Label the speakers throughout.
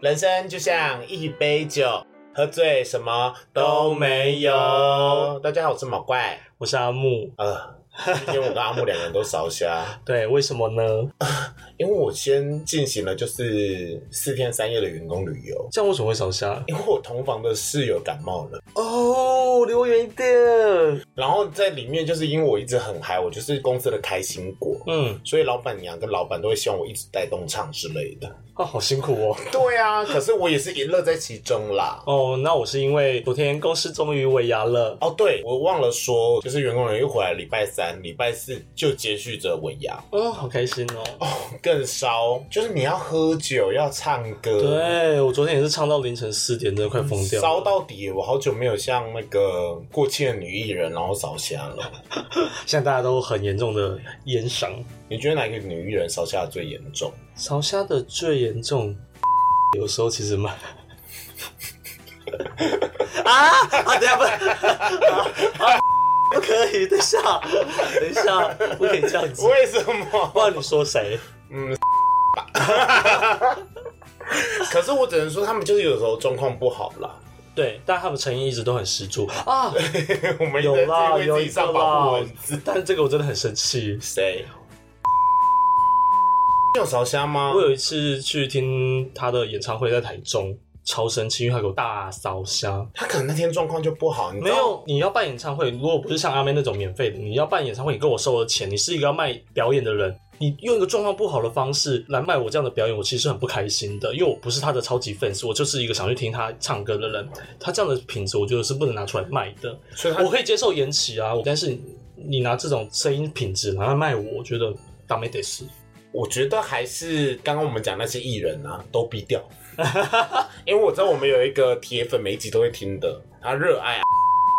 Speaker 1: 人生就像一杯酒，喝醉什么都没有。大家好，我是毛怪。
Speaker 2: 我是阿木。
Speaker 1: 呃，今天我跟阿木两个人都烧虾，
Speaker 2: 对，为什么呢？
Speaker 1: 因为我先进行了就是四天三夜的员工旅游，
Speaker 2: 这样为什么会烧虾？
Speaker 1: 因为我同房的室友感冒了，
Speaker 2: 哦，离我远一点。
Speaker 1: 然后在里面就是因为我一直很嗨，我就是公司的开心果。
Speaker 2: 嗯，
Speaker 1: 所以老板娘跟老板都会希望我一直带动唱之类的。
Speaker 2: 啊，好辛苦哦。
Speaker 1: 对啊，可是我也是也乐在其中啦。
Speaker 2: 哦，那我是因为昨天公司终于尾牙了。
Speaker 1: 哦，对，我忘了说，就是员工人又回来，礼拜三、礼拜四就接续着尾牙，
Speaker 2: 哦，好开心哦！
Speaker 1: 更烧，就是你要喝酒，要唱歌，
Speaker 2: 对我昨天也是唱到凌晨四点，真的快疯掉了。
Speaker 1: 烧到底。我好久没有像那个过气的女艺人，然后烧瞎 了。
Speaker 2: 现在大家都很严重的烟嗓，
Speaker 1: 你觉得哪一个女艺人烧瞎最严重？
Speaker 2: 烧虾的最严重，有时候其实蛮。啊啊！等一下不，啊啊不可以，等一下，等一下，不可以这样子。
Speaker 1: 为什么？
Speaker 2: 不知道你说谁？
Speaker 1: 可是我只能说，他们就是有时候状况不好啦。
Speaker 2: 对，但他们诚意一直都很十 足啊。
Speaker 1: 我们
Speaker 2: 有啦，
Speaker 1: 一直在自己
Speaker 2: 有
Speaker 1: 为自
Speaker 2: 一
Speaker 1: 己
Speaker 2: 个
Speaker 1: 上保护
Speaker 2: 啦
Speaker 1: 文字。，
Speaker 2: 但是这个我真的很生气。
Speaker 1: 谁？你有烧香吗
Speaker 2: 我？有一次去听他的演唱会，在台中，超生气，因为他给我大扫虾。
Speaker 1: 他可能那天状况就不好，你知
Speaker 2: 没
Speaker 1: 道
Speaker 2: 有，你要办演唱会，如果不是像阿妹那种免费的，你要办演唱会，你跟我收了钱，你是一个要卖表演的人，你用一个状况不好的方式来卖我这样的表演，我其实很不开心的，因为我不是他的超级 fans，我就是一个想去听他唱歌的人，他这样的品质，我觉得是不能拿出来卖的。
Speaker 1: 所以他
Speaker 2: 我可以接受延期啊，但是你拿这种声音品质拿来卖我，我觉得当没得事。
Speaker 1: 我觉得还是刚刚我们讲那些艺人啊，都逼掉。 因为我知道我们有一个铁粉，每一集都会听的，他热爱、啊。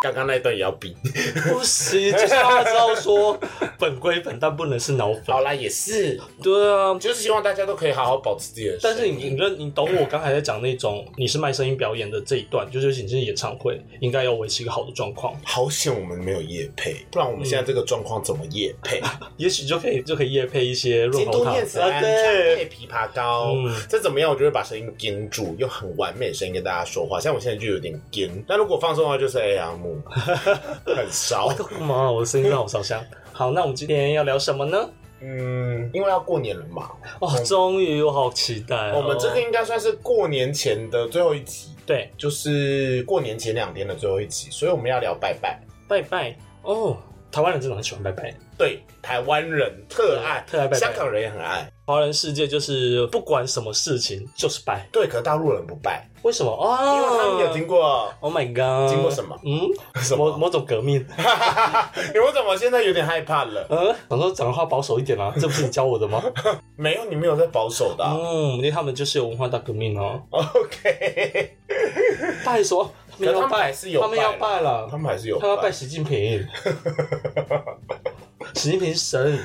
Speaker 1: 刚刚那一段也要逼，
Speaker 2: 不行，就是让他知道说本归本，但不能是脑粉。
Speaker 1: 好啦，也是，
Speaker 2: 对啊，
Speaker 1: 就是希望大家都可以好好保持自己的声
Speaker 2: 但
Speaker 1: 音。
Speaker 2: 是你你认你懂我刚才在讲那种你是卖声音表演的这一段，就是你是演唱会，应该要维持一个好的状况，
Speaker 1: 好险我们没有夜配，不然我们
Speaker 2: 嗯
Speaker 1: 现在这个状况怎么夜配？
Speaker 2: 也许就可以就可以夜配一些润
Speaker 1: 京
Speaker 2: 喉
Speaker 1: 都
Speaker 2: 糖
Speaker 1: 念慈庵
Speaker 2: 啊
Speaker 1: 川
Speaker 2: 对，
Speaker 1: 配枇杷膏
Speaker 2: 嗯，
Speaker 1: 这怎么样？我就会把声音盯住，用很完美的声音跟大家说话。像我现在就有点盯，但如果放松的话，就是哎呀木， 很烧。
Speaker 2: 干嘛？我的声音真的好烧香。好，那我们今天要聊什么呢？
Speaker 1: 嗯，因为要过年了嘛，
Speaker 2: 哇，终于我好期待哦、
Speaker 1: 嗯我们这个应该算是过年前的最后一集，
Speaker 2: 对
Speaker 1: 就是过年前两天的最后一集，所以我们要聊拜拜。
Speaker 2: 拜拜哦，台湾人真的很喜欢拜拜。
Speaker 1: 对，台湾人特爱，
Speaker 2: 特爱拜拜
Speaker 1: 香港人也很爱。
Speaker 2: 华人世界就是不管什么事情就是拜，
Speaker 1: 对，可大陆人不拜，
Speaker 2: 为什么
Speaker 1: 因为他们
Speaker 2: 啊？
Speaker 1: 有经过。
Speaker 2: Oh my god！
Speaker 1: 经过什么？
Speaker 2: 嗯，
Speaker 1: 什么
Speaker 2: 某某种革命？
Speaker 1: 你们怎么现在有点害怕了？
Speaker 2: 嗯，想说讲话保守一 点啊，这不是你教我的吗？
Speaker 1: 没有，你们有在保守的啊、
Speaker 2: 嗯，因为他们就是有文化大革命哦、
Speaker 1: OK，
Speaker 2: 拜什么？他
Speaker 1: 可
Speaker 2: 们
Speaker 1: 他
Speaker 2: 要
Speaker 1: 们还
Speaker 2: 拜，
Speaker 1: 是有
Speaker 2: 他们要
Speaker 1: 拜啦
Speaker 2: 拜了，
Speaker 1: 他们还是有
Speaker 2: 他们要拜习近平。习近平是神，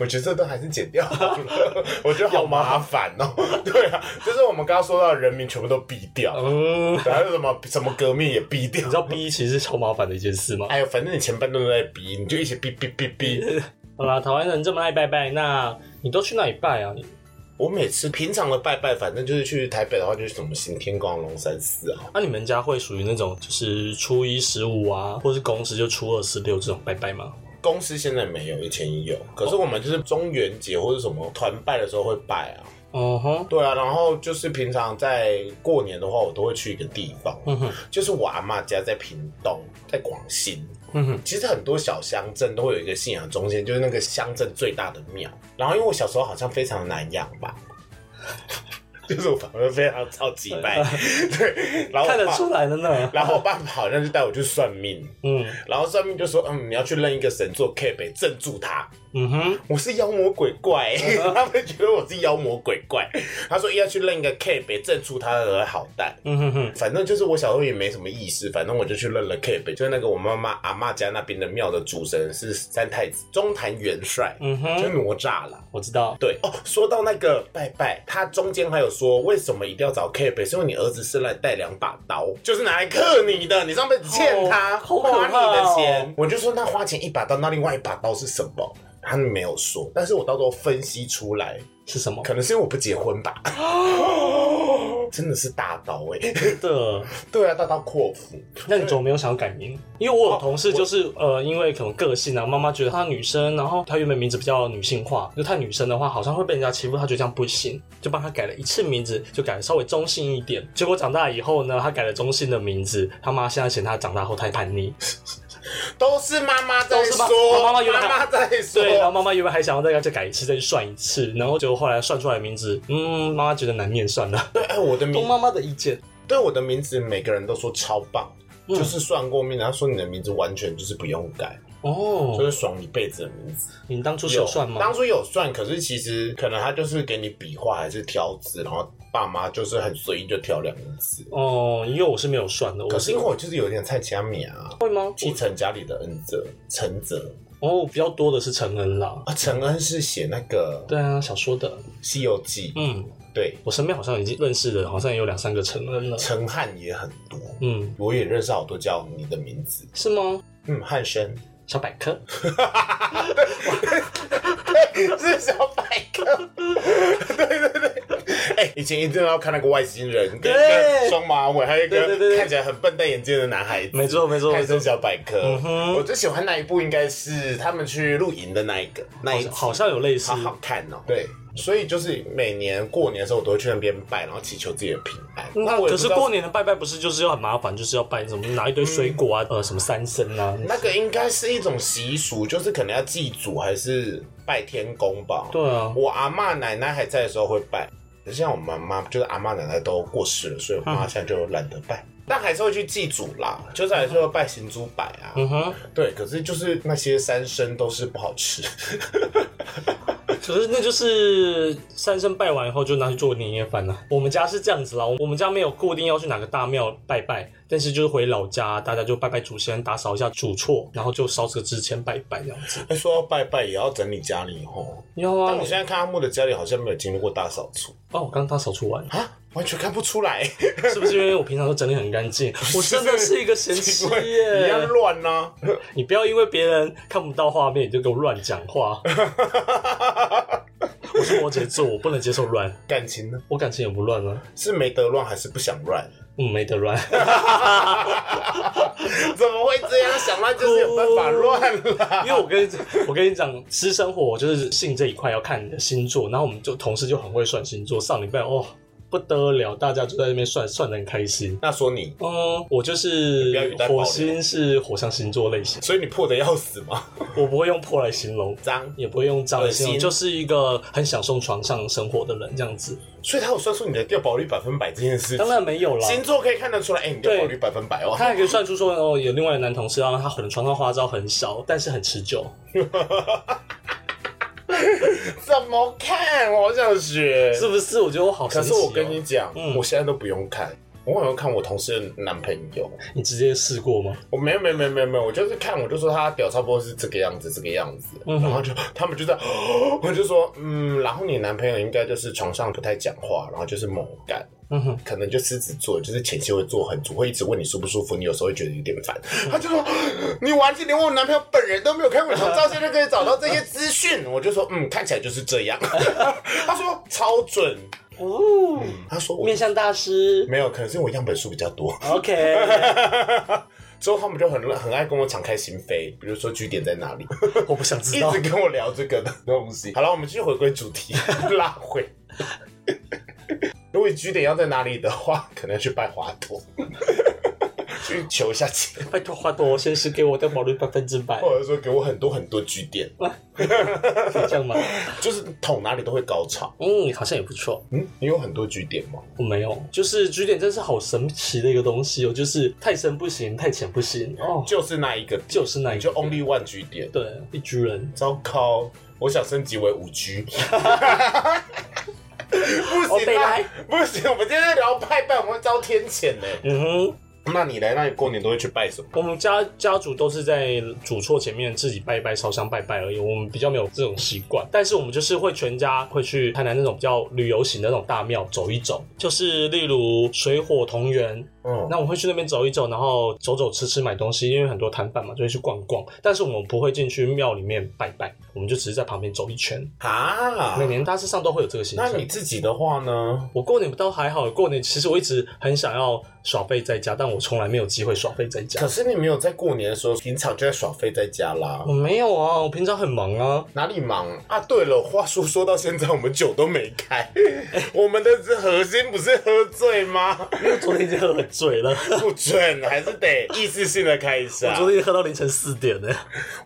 Speaker 1: 我觉得这段还是剪掉好 了，我觉得好麻烦哦、对啊，就是我们刚刚说到的人民全部都逼掉，
Speaker 2: 嗯，
Speaker 1: 还有什么什么革命也逼掉
Speaker 2: 你知。道逼其实是超麻烦的一件事吗？
Speaker 1: 哎呦，反正你前半段都在逼，你就一起逼逼逼逼。
Speaker 2: 好啦，台湾人这么爱拜拜，那你都去哪里拜啊？
Speaker 1: 我每次平常的拜拜，反正就是去台北的话，就是什么行天宫、龙山寺啊。
Speaker 2: 那、你们家会属于那种就是初一十五啊，或是公司就初二十六这种拜拜吗？
Speaker 1: 公司现在没有，以前也有。可是我们就是中元节或者什么团拜的时候会拜啊。
Speaker 2: 哦哼，
Speaker 1: 对啊，然后就是平常在过年的话，我都会去一个地方，
Speaker 2: 嗯哼，
Speaker 1: 就是我阿妈家在屏东，在广兴。
Speaker 2: 嗯哼，
Speaker 1: 其实很多小乡镇都会有一个信仰中心，就是那个乡镇最大的庙。然后因为我小时候好像非常难养吧， 就是我反而非常超级 拜，对，然后
Speaker 2: 看
Speaker 1: 我
Speaker 2: 得
Speaker 1: 爸，
Speaker 2: 出来了呢。
Speaker 1: 然后我爸好像就带我去算命，
Speaker 2: 嗯
Speaker 1: 然后算命就说，嗯，你要去认一个神做 K 北镇住他。
Speaker 2: 嗯哼，
Speaker 1: 我是妖魔鬼 怪、他们觉得我是妖魔鬼怪。他说要去认一个 K 北镇出他的好蛋。
Speaker 2: 嗯哼哼，
Speaker 1: 反正就是我小时候也没什么意识，反正我就去认了 K 北，就是那个我妈妈阿嬷家那边的庙的主神是三太子中坛元帅，
Speaker 2: 嗯哼
Speaker 1: 就哪吒啦。
Speaker 2: 我知道。
Speaker 1: 对哦，说到那个拜拜，他中间还有说为什么一定要找 K 北，是因为你儿子生来带两把刀，就是拿来克你的，你上辈子欠他、
Speaker 2: 哦好可
Speaker 1: 花
Speaker 2: 怕
Speaker 1: 你的
Speaker 2: 哦
Speaker 1: 钱。我就说那花钱一把刀，那另外一把刀是什么？他们没有说，但是我到时候分析出来，
Speaker 2: 是什么？
Speaker 1: 可能是因为我不结婚吧。 真的是大刀哎、
Speaker 2: 真的？
Speaker 1: 对啊，大刀阔斧。
Speaker 2: 那你怎么没有想要改名？因为我有同事就是、呃，因为可能个性啊，妈妈觉得她女生，然后她原本名字比较女性化，就太女生的话好像会被人家欺负，她觉得这样不行，就帮她改了一次名字，就改得稍微中性一点。结果长大以后呢，她改了中性的名字，她妈现在嫌她长大后太叛逆，
Speaker 1: 都是妈妈在
Speaker 2: 都是妈
Speaker 1: 说，
Speaker 2: 妈妈原来
Speaker 1: 妈妈在说，
Speaker 2: 对，然后妈妈原本还想要再再改一次，再去算一次，然后结果后来算出来名字，嗯，妈妈觉得难念，算了。
Speaker 1: 对，哎，我的名
Speaker 2: 东妈妈的意见，
Speaker 1: 对我的名字，每个人都说超棒，
Speaker 2: 嗯
Speaker 1: 就是算过命，然后说你的名字完全就是不用改，就
Speaker 2: 哦，
Speaker 1: 是爽一辈子的名字。
Speaker 2: 你当初是有算吗？
Speaker 1: 当初有算，可是其实可能他就是给你笔画还是挑字，然后爸妈就是很随意就挑两个字。
Speaker 2: 哦，因为我是没有算的，
Speaker 1: 可
Speaker 2: 我
Speaker 1: 是
Speaker 2: 是
Speaker 1: 因为我就是有点蔡佳敏啊，
Speaker 2: 会吗？
Speaker 1: 继承家里的恩泽，承泽
Speaker 2: 哦，比较多的是承恩啦。
Speaker 1: 啊，承恩是写那个《
Speaker 2: 对啊，小说的，
Speaker 1: 西游记》，
Speaker 2: 嗯，
Speaker 1: 对，
Speaker 2: 我身边好像已经认识的，好像也有两三个承恩了。
Speaker 1: 陈汉也很多，
Speaker 2: 嗯，
Speaker 1: 我也认识好多叫你的名字，
Speaker 2: 是吗？
Speaker 1: 嗯，汉 生，
Speaker 2: 小百科，
Speaker 1: 是小百科， 对对对。哎、以前一定要看那个外星人，跟一个
Speaker 2: 对
Speaker 1: 双马尾，还有一
Speaker 2: 对对对
Speaker 1: 个
Speaker 2: 对
Speaker 1: 看起来很笨戴眼镜的男孩子，
Speaker 2: 没错没错
Speaker 1: 汉
Speaker 2: 没
Speaker 1: 森
Speaker 2: 错，
Speaker 1: 小百科。
Speaker 2: 嗯哼
Speaker 1: 我最喜欢那一部应该是他们去露营的那一个，那一集
Speaker 2: 好像有类似
Speaker 1: 哎好。好看哦。对，所以就是每年过年的时候，我都会去那边拜，然后祈求自己的平安。
Speaker 2: 那
Speaker 1: 我也
Speaker 2: 嗯可
Speaker 1: 不知
Speaker 2: 是
Speaker 1: 道
Speaker 2: 过年的拜拜不是就是要很麻烦，就是要拜什么拿一堆水果
Speaker 1: 嗯
Speaker 2: 啊，呃，什么三牲啊，
Speaker 1: 那个应该是一种习俗，就是可能要祭祖还是拜天公吧。
Speaker 2: 对啊，
Speaker 1: 我阿嬷奶奶还在的时候会拜，可是像我妈妈，就是阿嬷奶奶都过世了，所以我
Speaker 2: 嗯
Speaker 1: 妈现在就懒得拜。但还是会去祭祖啦，就是还是会拜行猪拜啊。
Speaker 2: 嗯哼，
Speaker 1: 对，可是就是那些三牲都是不好吃。
Speaker 2: 可是那就是三牲拜完以后就拿去做年夜饭了、我们家是这样子啦，我们家没有固定要去哪个大庙拜拜，但是就是回老家，大家就拜拜祖先，打扫一下主厝，然后就烧纸纸钱拜一拜这样子。
Speaker 1: 哎说要拜拜，也要整理家里吼。
Speaker 2: 有啊
Speaker 1: 但我，现在看阿木的家里好像没有经历过大扫除，
Speaker 2: 哦，我刚大扫除完
Speaker 1: 啊，完全看不出来，
Speaker 2: 是不是因为我平常都整理很干净？我真的是一个神奇
Speaker 1: 一样啊
Speaker 2: 耶！
Speaker 1: 乱呢、
Speaker 2: 你不要因为别人看不到画面，你就给我乱讲话。我是摩羯座，我不能接受乱，
Speaker 1: 感情呢
Speaker 2: 我感情也不乱啊，
Speaker 1: 是没得乱还是不想乱？
Speaker 2: 嗯，没得乱。
Speaker 1: 怎么会这样想乱？就是有办法乱啦。
Speaker 2: 因为我跟我跟你讲，私生活我就是性这一块要看你的星座，然后我们就同事就很会算星座，上礼拜哦不得了，大家就在那边算算的很开 心。
Speaker 1: 那说你，
Speaker 2: 嗯，我就
Speaker 1: 你
Speaker 2: 是
Speaker 1: 不要语带保留
Speaker 2: 火星是火象星座类型，
Speaker 1: 所以你破的要死吗？
Speaker 2: 我不会用破来形容，
Speaker 1: 脏，
Speaker 2: 也不会用脏来
Speaker 1: 恶
Speaker 2: 形
Speaker 1: 心
Speaker 2: 容，就是一个很享受床上生活的人这样子。
Speaker 1: 所以他有算出你的掉保率百分百这件事情
Speaker 2: 当。然没有啦，
Speaker 1: 星座可以看得出来，哎、你掉
Speaker 2: 对
Speaker 1: 保率百分百哦。
Speaker 2: 他还可以算出说哦，有另外的男同事啊，他可能床上花招很少，但是很持久。
Speaker 1: 怎么看？我好想学。
Speaker 2: 是不是？我觉得我好神
Speaker 1: 可
Speaker 2: 奇、
Speaker 1: 是
Speaker 2: 哦。
Speaker 1: 我跟你，讲，
Speaker 2: 嗯
Speaker 1: 我现在都不用看，我好像看我同事的男朋友。
Speaker 2: 你直接试过吗？
Speaker 1: 我没有没有没有没有没有，我就是看，我就说他屌差不多是这个样子，这个样子，
Speaker 2: 嗯哼
Speaker 1: 然后就他们就在，哦我就说，嗯，然后你男朋友应该就是床上不太讲话，然后就是猛干，
Speaker 2: 嗯哼。
Speaker 1: 可能就狮子座，就是前期会做很足，会一直问你舒不舒服，你有时候会觉得有点烦。
Speaker 2: 嗯
Speaker 1: 他就说，你完全连我男朋友本人都没有看过床照，现在可以找到这些资讯，我就说，嗯，看起来就是这样。 他说超准，
Speaker 2: 哦，
Speaker 1: 他说我
Speaker 2: 面向大师
Speaker 1: 没有，可能是我样本数比较多。
Speaker 2: ，OK，
Speaker 1: 之后他们就很很爱跟我敞开心扉，比如说据点在哪里，
Speaker 2: 我不想知
Speaker 1: 一
Speaker 2: 道
Speaker 1: 直。跟我聊这个的东西。好了，我们继续回归主 题，拉回。如果据点要在哪里的话， 可能要去拜华 佗，去求一下签，
Speaker 2: 拜托花朵，先是给我的保率百分之 百，
Speaker 1: 或者说给我很多很多据点，
Speaker 2: 可以这样吗？
Speaker 1: 就是捅哪里都会高潮。
Speaker 2: 嗯，好像也不错。
Speaker 1: 嗯，你有很多据点吗？
Speaker 2: 我没有，就是局点真是好神奇的一个东西哦，就是太深不行，太浅不行哦，
Speaker 1: 就是那一个，
Speaker 2: 就是那一
Speaker 1: 你
Speaker 2: 个
Speaker 1: 就 only one 据点。
Speaker 2: 对一居人，
Speaker 1: 糟糕，我想升级为五 G。不
Speaker 2: 哦
Speaker 1: 行
Speaker 2: 被
Speaker 1: 啊
Speaker 2: 来，
Speaker 1: 不行！我们今天聊拜拜，我们会遭天谴呢。
Speaker 2: 嗯哼，
Speaker 1: 那你来，那你过年都会去拜什么？
Speaker 2: 我们家家族都是在主厝前面自己拜一拜、烧香拜拜而已，我们比较没有这种习惯。但是我们就是会全家会去台南那种比较旅游型的那种大庙走一走，就是例如水火同源，
Speaker 1: 嗯，
Speaker 2: 那我会去那边走一走，然后走走吃吃买东西，因为很多摊贩嘛，就会去逛逛。但是我们不会进去庙里面拜拜，我们就只是在旁边走一圈。
Speaker 1: 啊
Speaker 2: 每，年大致上都会有这个行
Speaker 1: 那你
Speaker 2: 程。
Speaker 1: 自己的话呢？
Speaker 2: 我过年倒还好，过年其实我一直很想要耍废在家，但我从来没有机会耍废在家
Speaker 1: 可。是你没有在过年的时候，平常就在耍废在家啦
Speaker 2: 我。没有啊，我平常很忙 啊。
Speaker 1: 哪里忙啊？对了，话说说到现在，我们酒都没 开，我们的核心不是喝醉吗？
Speaker 2: 昨天已经喝醉了，
Speaker 1: 不准，还是得意识性的开一
Speaker 2: 我
Speaker 1: 下。
Speaker 2: 昨天喝到凌晨四点呢、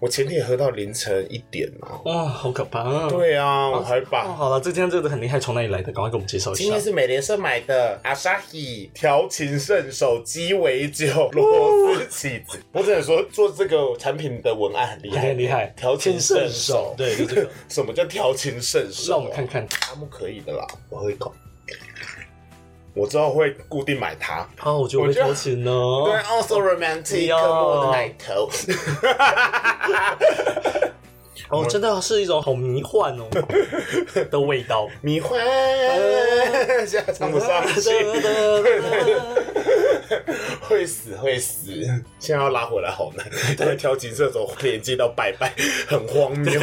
Speaker 1: 我前天也喝到凌晨一点啊。
Speaker 2: 哇，好可怕啊！
Speaker 1: 对啊，我还
Speaker 2: 哦，
Speaker 1: 把。
Speaker 2: 好了，这今天这个很厉害，从哪里来的？赶快给我们介绍一
Speaker 1: 今
Speaker 2: 下
Speaker 1: 天。是美联社买的阿萨希调情圣手鸡尾酒螺丝起子， 我只能说做这个产品的文案很厉害，
Speaker 2: 很厉害，
Speaker 1: 调情圣手，
Speaker 2: 对，就这个，
Speaker 1: 什么叫调情圣手？
Speaker 2: 让我们看看。
Speaker 1: 阿木可以的啦，我喝一口。我之后会固定买它。
Speaker 2: 啊，我觉得我会啊
Speaker 1: 我觉得
Speaker 2: 偷情呢。
Speaker 1: 对，also romantic，
Speaker 2: 哎呦
Speaker 1: 刻薄的奶 头。
Speaker 2: 哦，真的是一种好迷幻哦 的味 道。
Speaker 1: 迷 幻，现在唱不上去， 会死会死。现在要拉回来好 难，对，调情射手连接到拜拜， 很荒谬。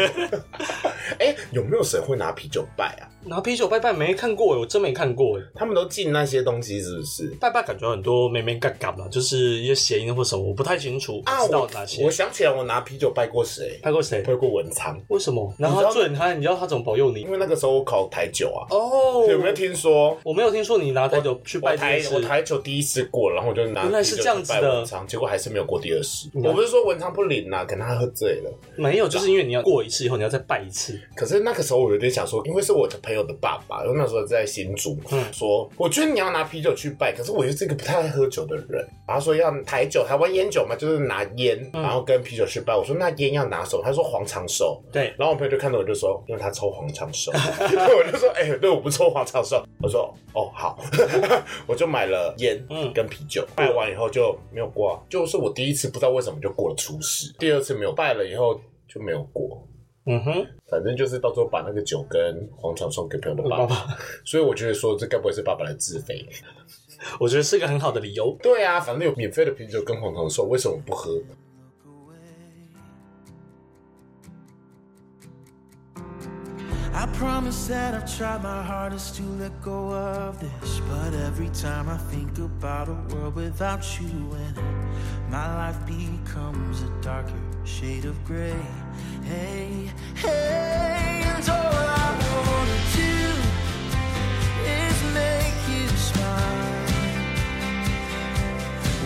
Speaker 1: 哎，有没有谁会拿啤酒拜啊？
Speaker 2: 拿啤酒拜拜没看过哎，我真没看过哎。
Speaker 1: 他们都禁那些东西是不是？
Speaker 2: 拜拜感觉很多妹妹嘎嘎啦，就是一些谐音或什么，我不太清楚，不
Speaker 1: 啊，
Speaker 2: 知道
Speaker 1: 我
Speaker 2: 哪些
Speaker 1: 我。想起来，我拿啤酒拜过谁？
Speaker 2: 拜过谁？
Speaker 1: 拜过文昌，
Speaker 2: 为什么？然后他醉，他你知道他怎么保佑你
Speaker 1: 因？为那个时候我考台酒啊。
Speaker 2: 哦，
Speaker 1: 有没有听说？
Speaker 2: 我没有听说你拿台酒去
Speaker 1: 我
Speaker 2: 拜这
Speaker 1: 台
Speaker 2: 件事
Speaker 1: 我台球第一次过，然后我就拿
Speaker 2: 原来是这样子
Speaker 1: 啤酒去拜
Speaker 2: 的嗯
Speaker 1: 文昌，结果还是没有过第二次。
Speaker 2: 看
Speaker 1: 我不是说文昌不灵啊啦、可能他喝醉了。
Speaker 2: 没有，就是因为你要过一次以后，你要再拜一次。
Speaker 1: 可是那个时候我有点想说，因为是我的朋友的爸爸，因为那时候在新竹，
Speaker 2: 嗯
Speaker 1: 说我觉得你要拿啤酒去拜，可是我又是一个不太爱喝酒的人，然后说要台酒，台湾烟酒嘛，就是拿烟，
Speaker 2: 嗯
Speaker 1: 然后跟啤酒去拜。我说那烟要拿什么？他说黄长寿。
Speaker 2: 对，
Speaker 1: 然后我朋友就看到我就说，因为他抽黄长 寿，我就说，哎、对，我不抽黄长寿。我说，哦，好， 我就买了烟
Speaker 2: 嗯
Speaker 1: 跟啤酒，拜完以后就没有过啊，就是我第一次不知道为什么就过了初十，第二次没有拜了以后就没有过。
Speaker 2: 嗯哼，
Speaker 1: 反正就是到最后把那个酒跟黄长寿给朋友的爸
Speaker 2: 爸
Speaker 1: 爸，所以我觉得说这该不会是爸爸来自费？
Speaker 2: 我觉得是一个很好的理由。
Speaker 1: 对啊，反正有免费的啤酒跟黄长寿，为什么不喝？
Speaker 3: I promise that I've tried my hardest to let go of this. But every time I think about a world without you and my life becomes a darker shade of gray. Hey, hey, and all I wanna do is make you smile.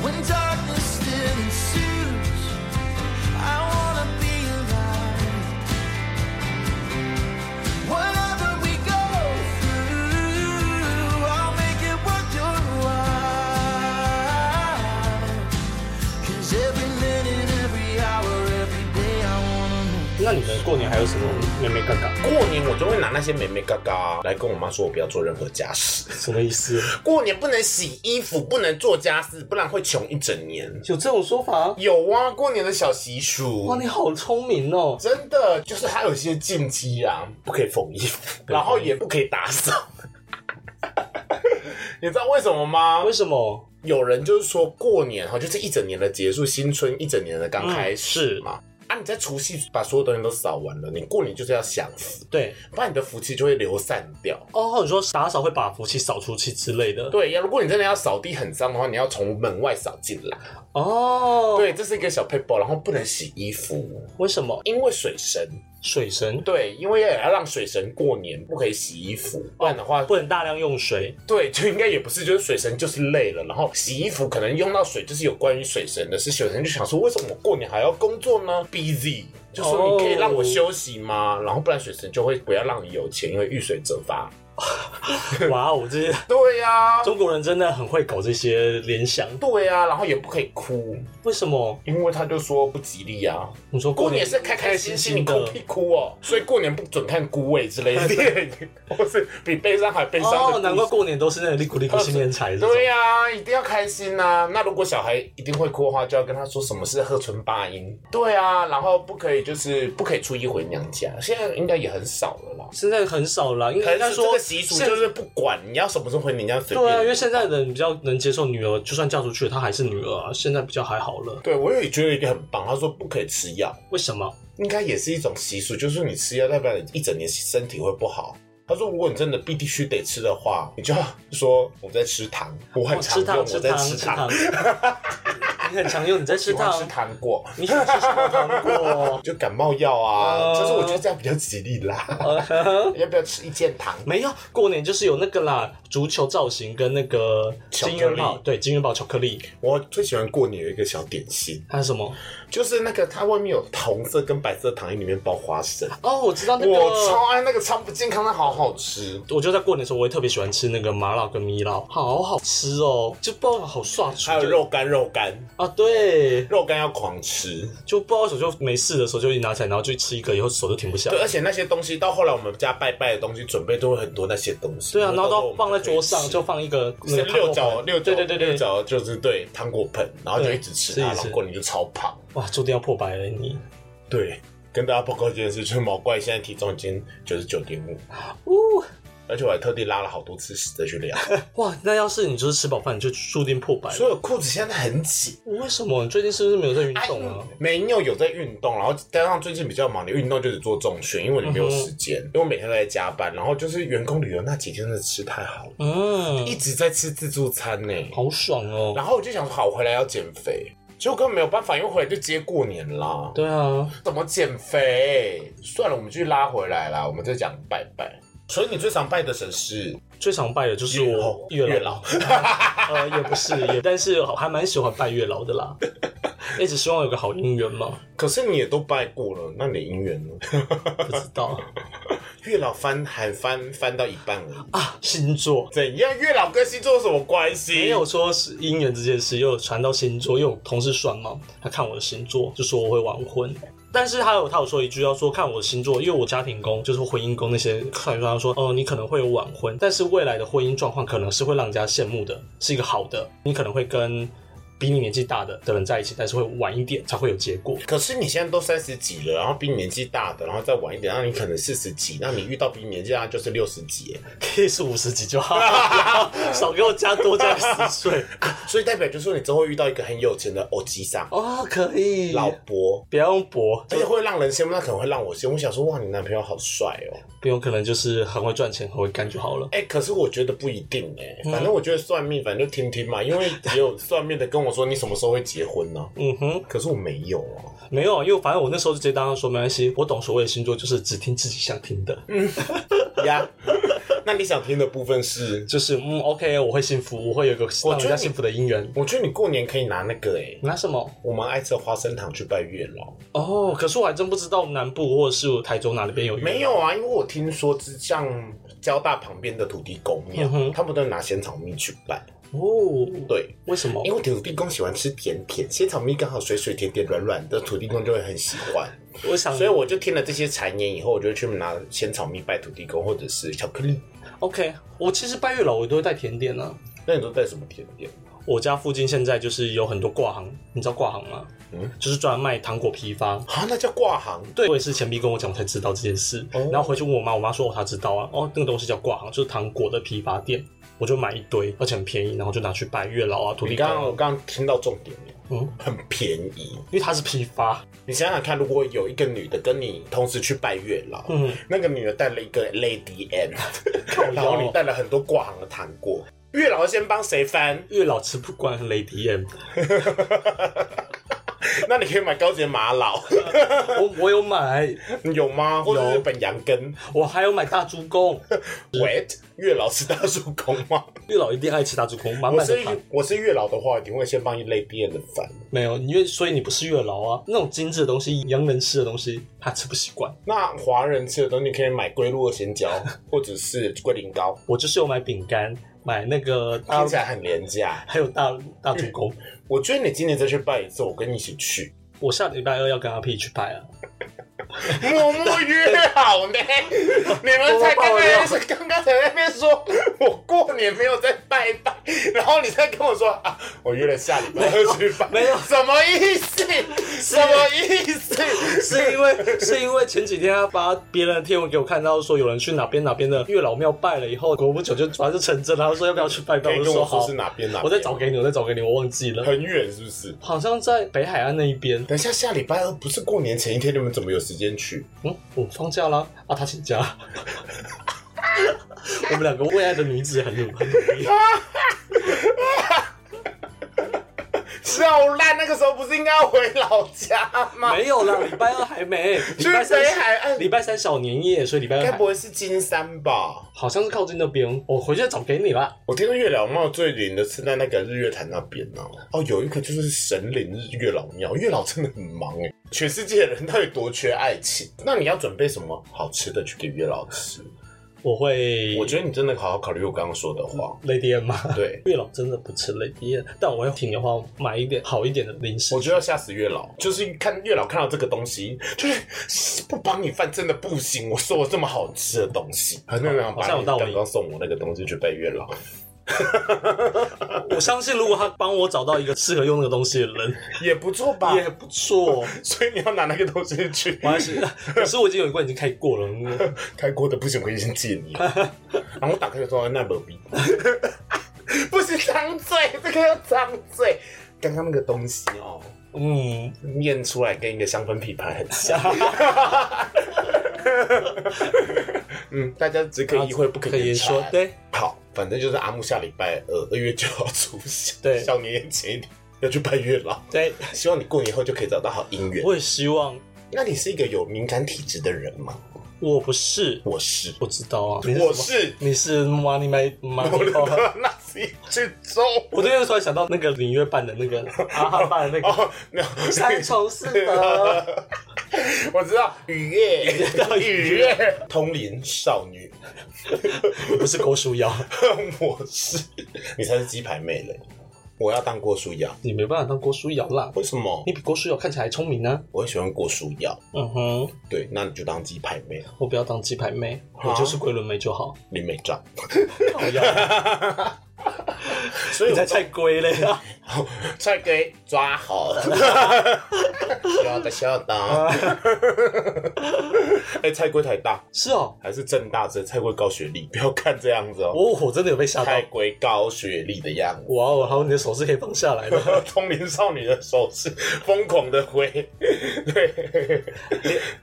Speaker 3: When darkness still ensues, I wanna be alive. Whatever we go through, I'll make it worth your while. 'Cause every minute, every hour, every day, I wanna know.
Speaker 2: 那你们过年还有什么妹妹嘎嘎？
Speaker 1: 过年我就会拿那些美美嘎嘎来跟我妈说，我不要做任何家事。
Speaker 2: 什么意思？
Speaker 1: 过年不能洗衣服，不能做家事，不然会穷一整年。
Speaker 2: 有这种说法？
Speaker 1: 有啊，过年的小习俗。
Speaker 2: 哇，你好聪明哦！
Speaker 1: 真的就是它有一些禁忌啊，不可以缝衣服，然后也不可以打扫。你知道为什么吗
Speaker 2: 为？什么？
Speaker 1: 有人就是说过年哈，就是一整年的结束，新春一整年的刚开始嘛。啊，你在除夕把所有东西都扫完了，你过年就是要享福，
Speaker 2: 对，
Speaker 1: 不然你的福气就会流散掉。
Speaker 2: 哦，你说打扫会把福气扫出去之类的。
Speaker 1: 对呀，如果你真的要扫地很脏的话，你要从门外扫进来。
Speaker 2: 哦，，
Speaker 1: 对，这是一个小 paper，然后不能洗衣服，
Speaker 2: 为什么？
Speaker 1: 因为水神。
Speaker 2: 水神
Speaker 1: 对，因为也要让水神过年，不可以洗衣服，不然的话，
Speaker 2: 不能大量用 水，
Speaker 1: 对，就应该也不是，就是水神就是累了，然后洗衣服可能用到水，就是有关于水神的事。水神就想说，为什么我过年还要工作呢？Busy，就说你可以让我休息吗然后不然水神就会不要让你有钱，因为遇水则发。
Speaker 2: 哇哦，这些
Speaker 1: 对呀、
Speaker 2: 中国人真的很会搞这些联想。
Speaker 1: 对呀、然后也不可以哭，
Speaker 2: 为什么？
Speaker 1: 因为他就说不吉利啊。
Speaker 2: 你说
Speaker 1: 过
Speaker 2: 年
Speaker 1: 年是开开心心，你哭
Speaker 2: 的
Speaker 1: 屁哭哦，所以过年不准看孤味之类的电影， 或是比悲伤还悲伤的故
Speaker 2: 哦，
Speaker 1: 事。
Speaker 2: 难怪过年都是那个利古利古新年财。
Speaker 1: 对、呀、一定要开心呐、那如果小孩一定会哭的话，就要跟他说什么是喝纯八音。对啊，然后不可以就是不可以初一回娘家，现在应该也很少了啦。
Speaker 2: 现在很少了，应该
Speaker 1: 可
Speaker 2: 应该
Speaker 1: 是这
Speaker 2: 说
Speaker 1: 个习俗就就是不管你要什么时候回你，你要随
Speaker 2: 对啊，因为
Speaker 1: 便。
Speaker 2: 现在的人比较能接受女儿，就算嫁出去了，她还是女儿啊。现在比较还好了，
Speaker 1: 对，我也觉得有一个很棒，他说不可以吃药，
Speaker 2: 为什么？
Speaker 1: 应该也是一种习俗，就是你吃药代表你一整年身体会不好。他说，如果你真的必须得吃的话，你就要说我在吃糖，我很
Speaker 2: 哦
Speaker 1: 常
Speaker 2: 吃
Speaker 1: 用
Speaker 2: 糖，
Speaker 1: 我
Speaker 2: 吃
Speaker 1: 在
Speaker 2: 糖，
Speaker 1: 吃
Speaker 2: 吃
Speaker 1: 糖
Speaker 2: 糖，。你很常用，你在
Speaker 1: 喜
Speaker 2: 吃
Speaker 1: 欢
Speaker 2: 糖
Speaker 1: 吃，糖果，
Speaker 2: 你喜欢吃什么糖果？
Speaker 1: 就感冒药啊，
Speaker 2: 哦
Speaker 1: 就是我觉得这样比较吉利啦。 要不要吃一件糖？
Speaker 2: 没有，过年就是有那个啦，足球造型跟那个
Speaker 1: 巧克力
Speaker 2: 金元宝，对，金元宝巧克力，
Speaker 1: 我最喜欢过年有一个小点心，
Speaker 2: 还有什么？
Speaker 1: 就是那个它外面有红色跟白色的糖衣，里面包花生。
Speaker 2: 哦，我知道那
Speaker 1: 我
Speaker 2: 个。
Speaker 1: 超爱那个超不健康，但好好吃。
Speaker 2: 我就在过年的时候，我会特别喜欢吃那个麻辣跟米辣，好好吃哦，就不知道好涮出。
Speaker 1: 还有肉干，肉干，
Speaker 2: 啊，对，
Speaker 1: 肉干要狂吃。
Speaker 2: 就不知道为什么就没事的时候就一拿起来，然后就吃一个，以后手就停不下来
Speaker 1: 对，。而且那些东西到后来我们家拜拜的东西准备都会很多那些东西。
Speaker 2: 对啊，然后
Speaker 1: 我
Speaker 2: 都
Speaker 1: 们
Speaker 2: 放在
Speaker 1: 可以
Speaker 2: 桌上，
Speaker 1: 吃
Speaker 2: 就放一个那
Speaker 1: 是
Speaker 2: 个
Speaker 1: 六
Speaker 2: 汤
Speaker 1: 角
Speaker 2: 锅盆
Speaker 1: 六角，
Speaker 2: 对对对
Speaker 1: 六
Speaker 2: 对，
Speaker 1: 角就是对糖果盆，然后就
Speaker 2: 对
Speaker 1: 一直吃
Speaker 2: 是
Speaker 1: 它，然
Speaker 2: 是
Speaker 1: 后过年就超胖。
Speaker 2: 哇，注定要破百了欸你。
Speaker 1: 对，跟大家报告一件事，就是毛怪现在体重已经九十九点五，
Speaker 2: 呜，
Speaker 1: 而且我还特地拉了好多次屎再去 量，
Speaker 2: 哇，那要是你就是吃饱饭，你就注定破百了。
Speaker 1: 所以我裤子现在很紧。哎
Speaker 2: 为什么？你最近是不是没有在运动啊？
Speaker 1: 没有有在运动，然后加上最近比较忙，你运动就只做重训，因为你没有时间，因为我每天都在加班，然后就是员工旅游那几天真的吃太好了，一
Speaker 2: 嗯，
Speaker 1: 直在吃自助餐呢、
Speaker 2: 好爽哦。
Speaker 1: 然后我就想说，好，我回来要减肥，结果根本没有办法，因为回来就接过年啦，
Speaker 2: 对啊，
Speaker 1: 怎么减肥？算了，我们继续拉回来啦，我们再讲拜拜。所以你最常拜的神是
Speaker 2: 最常拜的就是我
Speaker 1: 月
Speaker 2: 月
Speaker 1: 老
Speaker 2: 老，呃，也不是，也但是还蛮喜欢拜月老的啦。一直希望有个好姻缘嘛，
Speaker 1: 可是你也都拜过了，那你的姻缘呢？
Speaker 2: 不知道
Speaker 1: 月老翻还翻翻到一半而已，
Speaker 2: 啊。星座
Speaker 1: 怎样？月老跟星座有什么关系？
Speaker 2: 也有说是姻缘这件事，又有传到星座，又有同事算嘛，他看我的星座就说我会晚婚。但是他有他有说一句要说看我的星座，因为我家庭宫就是婚姻宫那些算一算，他说哦、你可能会有晚婚，但是未来的婚姻状况可能是会让人家羡慕的，是一个好的，你可能会跟比你年纪大的的人在一起，但是会晚一点才会有结果。
Speaker 1: 可是你现在都三十几了，然后比你年纪大的，然后再晚一点，那你可能四十几，那你遇到比你年纪大的就是六十几，
Speaker 2: 可以是五十几就好，不要少给我加多加十岁
Speaker 1: 所以代表就是说你之后会遇到一个很有钱的欧吉桑、
Speaker 2: 哦，可以，
Speaker 1: 老伯，
Speaker 2: 不要用博，
Speaker 1: 而且会让人羡慕，那可能会让我羡慕。我想说，哇，你男朋友好帅哦！
Speaker 2: 不用可能就是很会赚钱，很会干就好了。
Speaker 1: 哎、可是我觉得不一定哎、
Speaker 2: 嗯
Speaker 1: 反正我觉得算命，反正就听听嘛，因为也有算命的跟我说你什么时候会结婚呢、
Speaker 2: 嗯哼。
Speaker 1: 可是我没有啊，
Speaker 2: 没有，因为反正我那时候就直接当他说没关系，我懂所谓的星座就是只听自己想听的，
Speaker 1: 嗯 呀。那你想听的部分是？
Speaker 2: 就是嗯 OK，我会幸福，我会有一个
Speaker 1: 我
Speaker 2: 让
Speaker 1: 觉得
Speaker 2: 人
Speaker 1: 你
Speaker 2: 家幸福的姻缘。
Speaker 1: 我觉得你过年可以拿那个哎、
Speaker 2: 拿什么？
Speaker 1: 我们爱吃花生糖去拜月老。
Speaker 2: 哦，可是我还真不知道南部或者是台中哪里边有
Speaker 1: 没
Speaker 2: 有
Speaker 1: 有啊，因为我听说是像交大旁边的土地公庙，他们都拿仙草蜜去拜。
Speaker 2: 哦？，
Speaker 1: 对，
Speaker 2: 为什么？
Speaker 1: 因为土地公喜欢吃甜甜，仙草蜜刚好水水甜甜软软的，土地公就会很喜欢。
Speaker 2: 我想，
Speaker 1: 所以我就听了这些谗言以后，我就去拿仙草蜜拜土地公，或者是巧克力。
Speaker 2: OK，我其实拜月老我都会带甜点啊。
Speaker 1: 那你都带什么甜点？
Speaker 2: 我家附近现在就是有很多挂行，你知道挂行吗？
Speaker 1: 嗯
Speaker 2: 嗯，就是专门卖糖果批发，
Speaker 1: 啊，那叫挂行。
Speaker 2: 对，我也是前辈跟我讲，我才知道这件事。
Speaker 1: 哦
Speaker 2: 然后回去问我妈，我妈说哦，她知道啊。哦，那个东西叫挂行，就是糖果的批发店。我就买一堆，而且很便宜，然后就拿去拜月老啊、土
Speaker 1: 你
Speaker 2: 地
Speaker 1: 刚
Speaker 2: 公
Speaker 1: 刚我
Speaker 2: 啊，
Speaker 1: 刚刚听到重点了，
Speaker 2: 嗯
Speaker 1: 很便宜。
Speaker 2: 因为它是批发。
Speaker 1: 你想想看，如果有一个女的跟你同时去拜月老，
Speaker 2: 嗯，
Speaker 1: 那个女的带了一个 Lady M，然后你带了很多挂行的糖果。月老先帮谁 翻？
Speaker 2: 月老吃不惯雷迪眼，
Speaker 1: 那你可以买高级玛 瑙，
Speaker 2: 我我有买，
Speaker 1: 有吗？或者
Speaker 2: 有
Speaker 1: 日本羊羹
Speaker 2: 我还有买大猪公，
Speaker 1: ？Wait，月老是大叔公吗？
Speaker 2: 月老一定爱吃大猪公，满
Speaker 1: 我
Speaker 2: 满
Speaker 1: 是
Speaker 2: 的糖。
Speaker 1: 我是月老的话，一定会先帮一类店的翻。
Speaker 2: 没有，因为所以你不是月老啊，那种精致的东西，洋人吃的东西，他吃不习惯。
Speaker 1: 那华人吃的东西可以买龟鹿的 鲜椒，或者是龟苓膏，
Speaker 2: 我就是有买饼干，买那个大
Speaker 1: 听，起来很廉价。
Speaker 2: 还有大大猪公。
Speaker 1: 我觉得你今年再去拜一次，我跟你一起去。
Speaker 2: 我下礼拜二要跟阿 P 去拜啊。
Speaker 1: 默默约好 呢，你们才刚刚刚刚才在那边说，我过年没有在拜拜，然后你再跟我说啊，我约了下礼拜二吃 饭，
Speaker 2: 没有
Speaker 1: 什么意思，什么意思？
Speaker 2: 是因为是因为前几天他发别人的贴文给我看到，说有人去哪边哪边的月老庙拜了以后，果不久就反正就成真了。他说要不要去拜
Speaker 1: 可
Speaker 2: 拜，
Speaker 1: 以
Speaker 2: 我就
Speaker 1: 跟我
Speaker 2: 说
Speaker 1: 说
Speaker 2: 好。
Speaker 1: 是哪边哪边
Speaker 2: 我再找给你，我再找给你，我忘记了，
Speaker 1: 很远是不是？
Speaker 2: 好像在北海岸那一边。
Speaker 1: 等一下下礼拜二不是过年前一天，你们怎么有时间去？
Speaker 2: 嗯，我放假啦，啊，他请假。 我们两个为爱的女子很努很努力，
Speaker 1: 笑烂，那个时候不是应该要回老家吗？
Speaker 2: 没有啦，礼拜二还没，礼拜三
Speaker 1: 北海岸
Speaker 2: 礼拜三小年夜，所以礼拜二
Speaker 1: 该
Speaker 2: 还
Speaker 1: 不会是金山吧？
Speaker 2: 好像是靠近那边，我回去再找给你啦。
Speaker 1: 我听说月老庙最灵的是在那个日月潭那边呢、哦，有一个就是神灵日月老庙，月老真的很忙哎。全世界的人到底多缺爱情？那你要准备什么好吃的去给月老吃？
Speaker 2: 我会，
Speaker 1: 我觉得你真的好好考虑我刚刚说的话。
Speaker 2: Lady M 吗？
Speaker 1: 对，
Speaker 2: 月老真的不吃 Lady M，但我会挺的话买一点好一点的零食
Speaker 1: 我。觉得要吓死月老，就是看月老看到这个东西，就是不帮你饭真的不行。我说我这么好吃的东西，很多人
Speaker 2: 好
Speaker 1: 把
Speaker 2: 像
Speaker 1: 你
Speaker 2: 有道理
Speaker 1: 刚刚送我那个东西去拜月老，
Speaker 2: 我相信如果他帮我找到一个适合用那个东西的人，
Speaker 1: 也不错吧？
Speaker 2: 也不 错。哦
Speaker 1: 所以你要拿那个东西去
Speaker 2: 我还是，可是我已经有一罐已经开过了，嗯
Speaker 1: 开锅的不行，我已经借你了。 然后我打开的时候，那不逼，不行，张嘴，这个要张嘴。刚刚那个东西哦，
Speaker 2: 嗯，
Speaker 1: 念出来跟一个香氛品牌很 像。嗯，大家只可意会不可
Speaker 2: 可以
Speaker 1: 言
Speaker 2: 说
Speaker 1: 传。
Speaker 2: 嗯对，
Speaker 1: 好，反正就是阿木下礼拜二二月九号出现，
Speaker 2: 对
Speaker 1: 小年夜前一天要去拜月老。
Speaker 2: 对，
Speaker 1: 希望你过年后就可以找到好姻缘。
Speaker 2: 我也希望
Speaker 1: 那你是一个有敏感体质的人吗？
Speaker 2: 我不是，
Speaker 1: 我是，
Speaker 2: 我知道啊，你
Speaker 1: 我
Speaker 2: 什么
Speaker 1: 是，
Speaker 2: 你是 Money My
Speaker 1: 我
Speaker 2: Money。
Speaker 1: 的那是一只猪。
Speaker 2: 我最近突然想到那个领月办的那个阿汉办的那 个
Speaker 1: 哦，那
Speaker 2: 三重四 德，
Speaker 1: 我知道雨夜
Speaker 2: 到，底
Speaker 1: 雨夜，通灵少女，
Speaker 2: 不是郭书瑶，
Speaker 1: 我是，你才是鸡排妹嘞！我要当郭书瑶，
Speaker 2: 你没办法当郭书瑶啦，
Speaker 1: 为什么
Speaker 2: 你？比郭书瑶看起来还聪明啊呢。
Speaker 1: 我很喜欢郭书瑶，
Speaker 2: 嗯哼，
Speaker 1: 对，那你就当鸡排妹，
Speaker 2: 我不要当鸡排妹，
Speaker 1: 啊
Speaker 2: 我就是桂纶镁就好。
Speaker 1: 林美照。
Speaker 2: 不要，
Speaker 1: 所以
Speaker 2: 你
Speaker 1: 我
Speaker 2: 在菜龟嘞 啊！
Speaker 1: 帅哥抓好了，笑的笑的。哎、菜龟台大
Speaker 2: 是哦，
Speaker 1: 还是正大这菜龟高学历，不要看这样子哦，
Speaker 2: 我我真的有被吓到
Speaker 1: 菜。龟高学历的样 子。
Speaker 2: 哇哦，还有你的手是可以放下来 的，
Speaker 1: 通灵少女的手是疯狂的挥，对，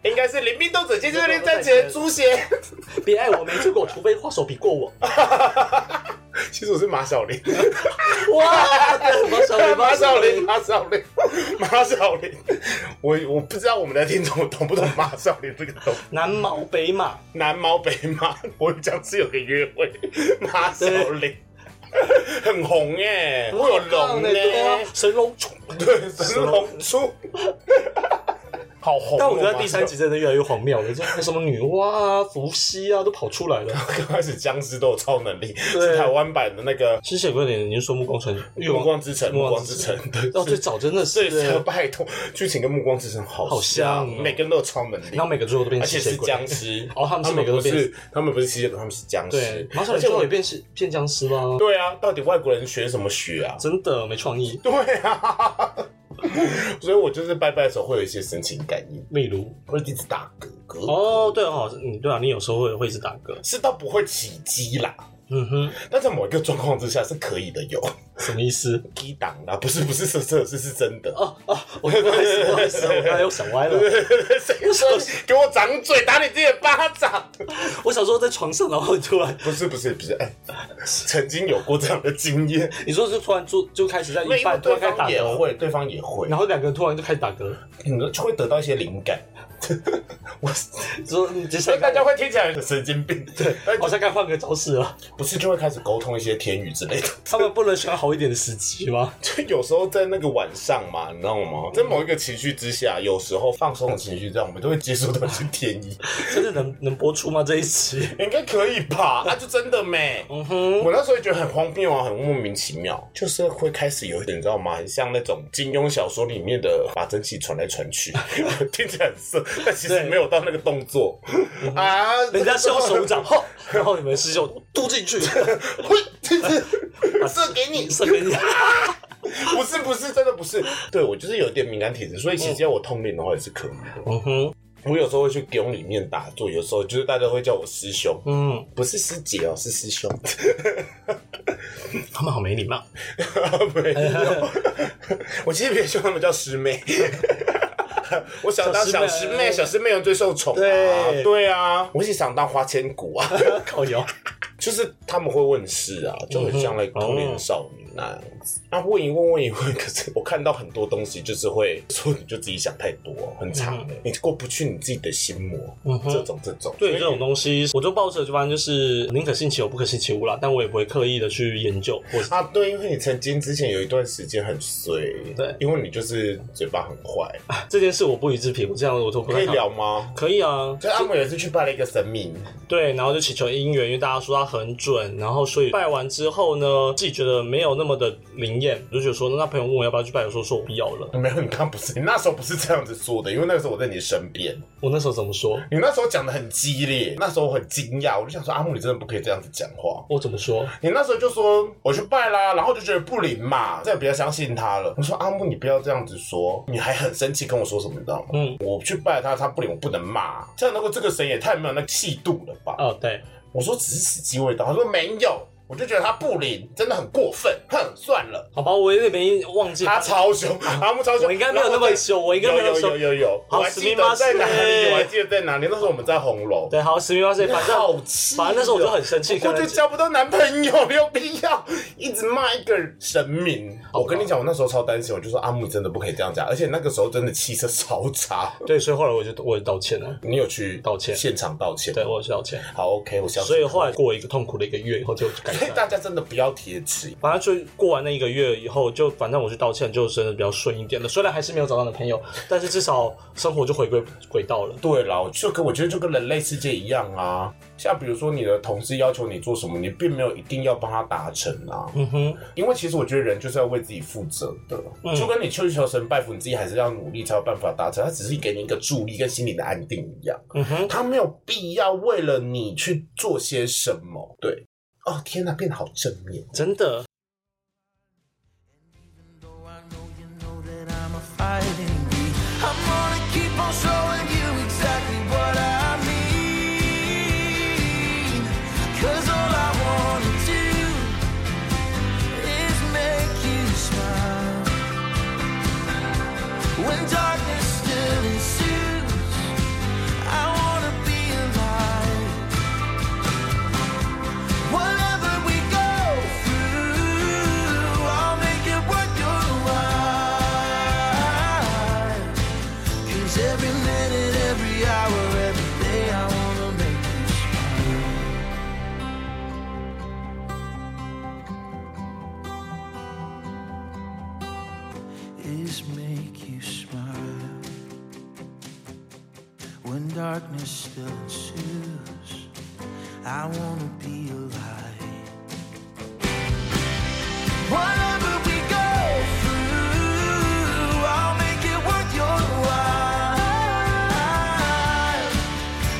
Speaker 1: 应该是灵命斗者接近林站前诛邪。
Speaker 2: 别爱我没出过，除非画手比过 我。
Speaker 1: 其实我是马小玲，
Speaker 2: 哇，对马小
Speaker 1: 马
Speaker 2: 林，马
Speaker 1: 小
Speaker 2: 小
Speaker 1: 玲，
Speaker 2: 林，
Speaker 1: 马小玲，马小玲，我我不知道我们的听众懂不懂马小玲这个东西。
Speaker 2: 南毛北马，
Speaker 1: 南猫北马，我讲是有个约会，马小玲很红耶，会有龙呢，
Speaker 2: 对啊神龙宠。
Speaker 1: 对，神龙出， 好红哦。
Speaker 2: 但我觉得第三
Speaker 1: 马
Speaker 2: 集真的越来越荒谬了，就什么女娲啊、伏羲啊都跑出来了。
Speaker 1: 小玲刚开始僵尸都有超能力，是台湾版的那个
Speaker 2: 之前有点，你是说《暮光城》《
Speaker 1: 《暮光之城》，《暮光之城》对，
Speaker 2: 哦，最早真的是
Speaker 1: 对，，这拜托，剧情跟《暮光之城》好
Speaker 2: 好
Speaker 1: 像
Speaker 2: 像哦，
Speaker 1: 每个人都有超能力
Speaker 2: 然后。每个最后都变
Speaker 1: 而
Speaker 2: 成
Speaker 1: 且
Speaker 2: 吸
Speaker 1: 是
Speaker 2: 血鬼。
Speaker 1: 僵尸
Speaker 2: 哦他们是每个
Speaker 1: 不
Speaker 2: 都变
Speaker 1: 是，他们不是吸血鬼，他们是僵
Speaker 2: 对
Speaker 1: 尸，。
Speaker 2: 马小
Speaker 1: 而
Speaker 2: 林
Speaker 1: 且
Speaker 2: 最后
Speaker 1: 我
Speaker 2: 也变是变僵尸啦，
Speaker 1: 对啊，到底外国人学什么学啊？
Speaker 2: 真的没创意。
Speaker 1: 对啊， 所以我就是拜拜的时候会有一些神情感应，
Speaker 2: 例如，
Speaker 1: 会一直打嗝嗝，
Speaker 2: 哦，对哦，你对啊，你有时候会会一直打嗝。
Speaker 1: 是到不会起鸡啦，
Speaker 2: 嗯哼，
Speaker 1: 但在某一个状况之下是可以的， 有
Speaker 2: 什么意思？
Speaker 1: 低档啦，不是不是色色，是是真的。
Speaker 2: 哦哦， 我不好意思，不好意思，我刚才又想歪了。
Speaker 1: 谁说给我掌嘴，打你自己的巴掌？
Speaker 2: 我小时候在床上，然后突然，
Speaker 1: 不是不是不是，哎、曾经有过这样的经验，
Speaker 2: 你说是突然就就开始在
Speaker 1: 因为
Speaker 2: 一半突
Speaker 1: 对
Speaker 2: 然开始打
Speaker 1: 方也
Speaker 2: 嗝，
Speaker 1: 会，对方也会，
Speaker 2: 然后两个人突然就开始打嗝，
Speaker 1: 你就会得到一些灵 感。我，
Speaker 2: 你说你接下
Speaker 1: 所以
Speaker 2: 来
Speaker 1: 大家会听起来很神经病，对，
Speaker 2: 好像该换个招式了。
Speaker 1: 不是就会开始沟通一些天语之类的。
Speaker 2: 他们不能选好一点的时机吗？
Speaker 1: 就有时候在那个晚上嘛，你知道吗？在某一个情绪之下，有时候放松的情绪之下，我们都会接收到一些天意，
Speaker 2: 真的能能播出吗？这一期？
Speaker 1: 应该可以 吧？啊那、就真的没。
Speaker 2: 嗯哼，
Speaker 1: 我那时候也觉得很荒谬啊，很莫名其妙，就是会开始有一点， 你知道吗？很像那种金庸小说里面的把真气传来传去，听起来很色，但其实没有到那个动作啊，
Speaker 2: 人家是用手掌，吼然后你们是用嘟进去，
Speaker 1: 嘿，这是射给你，
Speaker 2: 射啊 给你。
Speaker 1: 不是不是，真的不是。对我就是有点敏感体质，所以其实要我通灵的话也是可以的。
Speaker 2: 嗯哼，
Speaker 1: 我有时候会去宫里面打坐，有时候就是大家会叫我师兄，
Speaker 2: 嗯，
Speaker 1: 不是师姐哦，是师兄。
Speaker 2: 他们好没礼 貌。
Speaker 1: 啊没 有，我其实别说他们叫师妹。 我想当小师妹，小师妹人最受宠啊
Speaker 2: 对！
Speaker 1: 对啊，我也想当花千骨啊！
Speaker 2: 靠腰，
Speaker 1: 就是他们会问事啊，就很像那个同龄的少女那样子。啊，问一问，问一问，可是我看到很多东西，就是会说你就自己想太多，很长的，你过不去你自己的心魔，这种嗯这种。
Speaker 2: 对于这种东西，我就抱着就反正就是宁可信其有，不可信其无啦。但我也不会刻意的去研究，或是
Speaker 1: 啊，对，因为你曾经之前有一段时间很衰，
Speaker 2: 对
Speaker 1: 因为你就是嘴巴很坏，
Speaker 2: 这件事我不予置评。我这样我都不
Speaker 1: 啊可
Speaker 2: 太
Speaker 1: 以
Speaker 2: 想
Speaker 1: 聊吗？
Speaker 2: 可以啊，
Speaker 1: 就阿姆有一次去拜了一个神明，
Speaker 2: 对，然后就祈求姻缘，因为大家说他很准，然后所以拜完之后呢，自己觉得没有那么的灵验，我就觉得说，那朋友问我要不要去拜，我说说我不要了。
Speaker 1: 没有，你刚不是，你那时候不是这样子说的，因为那个时候我在你身边，
Speaker 2: 我那时候怎么说？
Speaker 1: 你那时候讲的很激烈，那时候我很惊讶，我就想说阿木，你真的不可以这样子讲话。
Speaker 2: 我怎么说？
Speaker 1: 你那时候就说我去拜啦，然后就觉得不灵嘛，再也不要相信他了。我说阿木，你不要这样子说，你还很生气跟我说什么，你知道吗？
Speaker 2: 嗯，
Speaker 1: 我去拜他，他不灵，我不能骂。这样那个这个神也太没有那气度了吧？
Speaker 2: 哦，对，
Speaker 1: 我说只是时机未到，他说没有，我就觉得他不灵，真的很过分，哼，算了。
Speaker 2: 好吧，我有点没忘记。
Speaker 1: 他超 凶，阿木超凶，
Speaker 2: 啊我应该没有那么凶我应该没
Speaker 1: 有
Speaker 2: 有那么
Speaker 1: 有
Speaker 2: 凶
Speaker 1: 有有有，
Speaker 2: 好
Speaker 1: 我还记得在哪里，我还记得在哪里。那时候我们在红楼，
Speaker 2: 对，好，十米八岁，
Speaker 1: 我
Speaker 2: 反正
Speaker 1: 好气哦，
Speaker 2: 反正那时候我就很生气，可
Speaker 1: 我就
Speaker 2: 能
Speaker 1: 交不到男朋友，没有必要一直骂一个神明。我跟你讲，我那时候超担心，我就说阿木你真的不可以这样讲，而且那个时候真的气色超差。
Speaker 2: 对，所以后来我就我就道歉了，
Speaker 1: 你有去
Speaker 2: 道歉
Speaker 1: 现场道歉？
Speaker 2: 对，我有去道歉。
Speaker 1: 好 OK，我相信。
Speaker 2: 所以后来过一个痛苦的一个月以后就改
Speaker 1: 所以
Speaker 2: 善。
Speaker 1: 大家真的不要铁齿，
Speaker 2: 反正就过完那一个月以后，就反正我去道歉，就真的比较顺一点了。虽然还是没有找到男朋友，但是至少生活就回归轨道了。
Speaker 1: 对啦，就跟我觉得就跟人类世界一样啊。像比如说你的同事要求你做什么，你并没有一定要帮他达成啊。
Speaker 2: 嗯哼，
Speaker 1: 因为其实我觉得人就是要为自己负责的，
Speaker 2: 嗯
Speaker 1: 就跟你去求神拜佛，你自己还是要努力才有办法达成。他只是给你一个助力跟心理的安定一样，
Speaker 2: 嗯哼，
Speaker 1: 他没有必要为了你去做些什么。对，哦天哪，变得好正面。
Speaker 2: 真的，
Speaker 3: Though I know you know that I'm a fighting breed. I'm gonna keep on showing you exactly what I mean. 'Cause all I wanna do is make you smile. When darkness still ensues, I wanna be alive. Whatever we go through, I'll make it worth your while. 'Cause every minute, every hour, every day, I wanna make you smile. Is make you smile when darkness still ensues. I wanna be alive. Whatever we go through, I'll make it worth your while.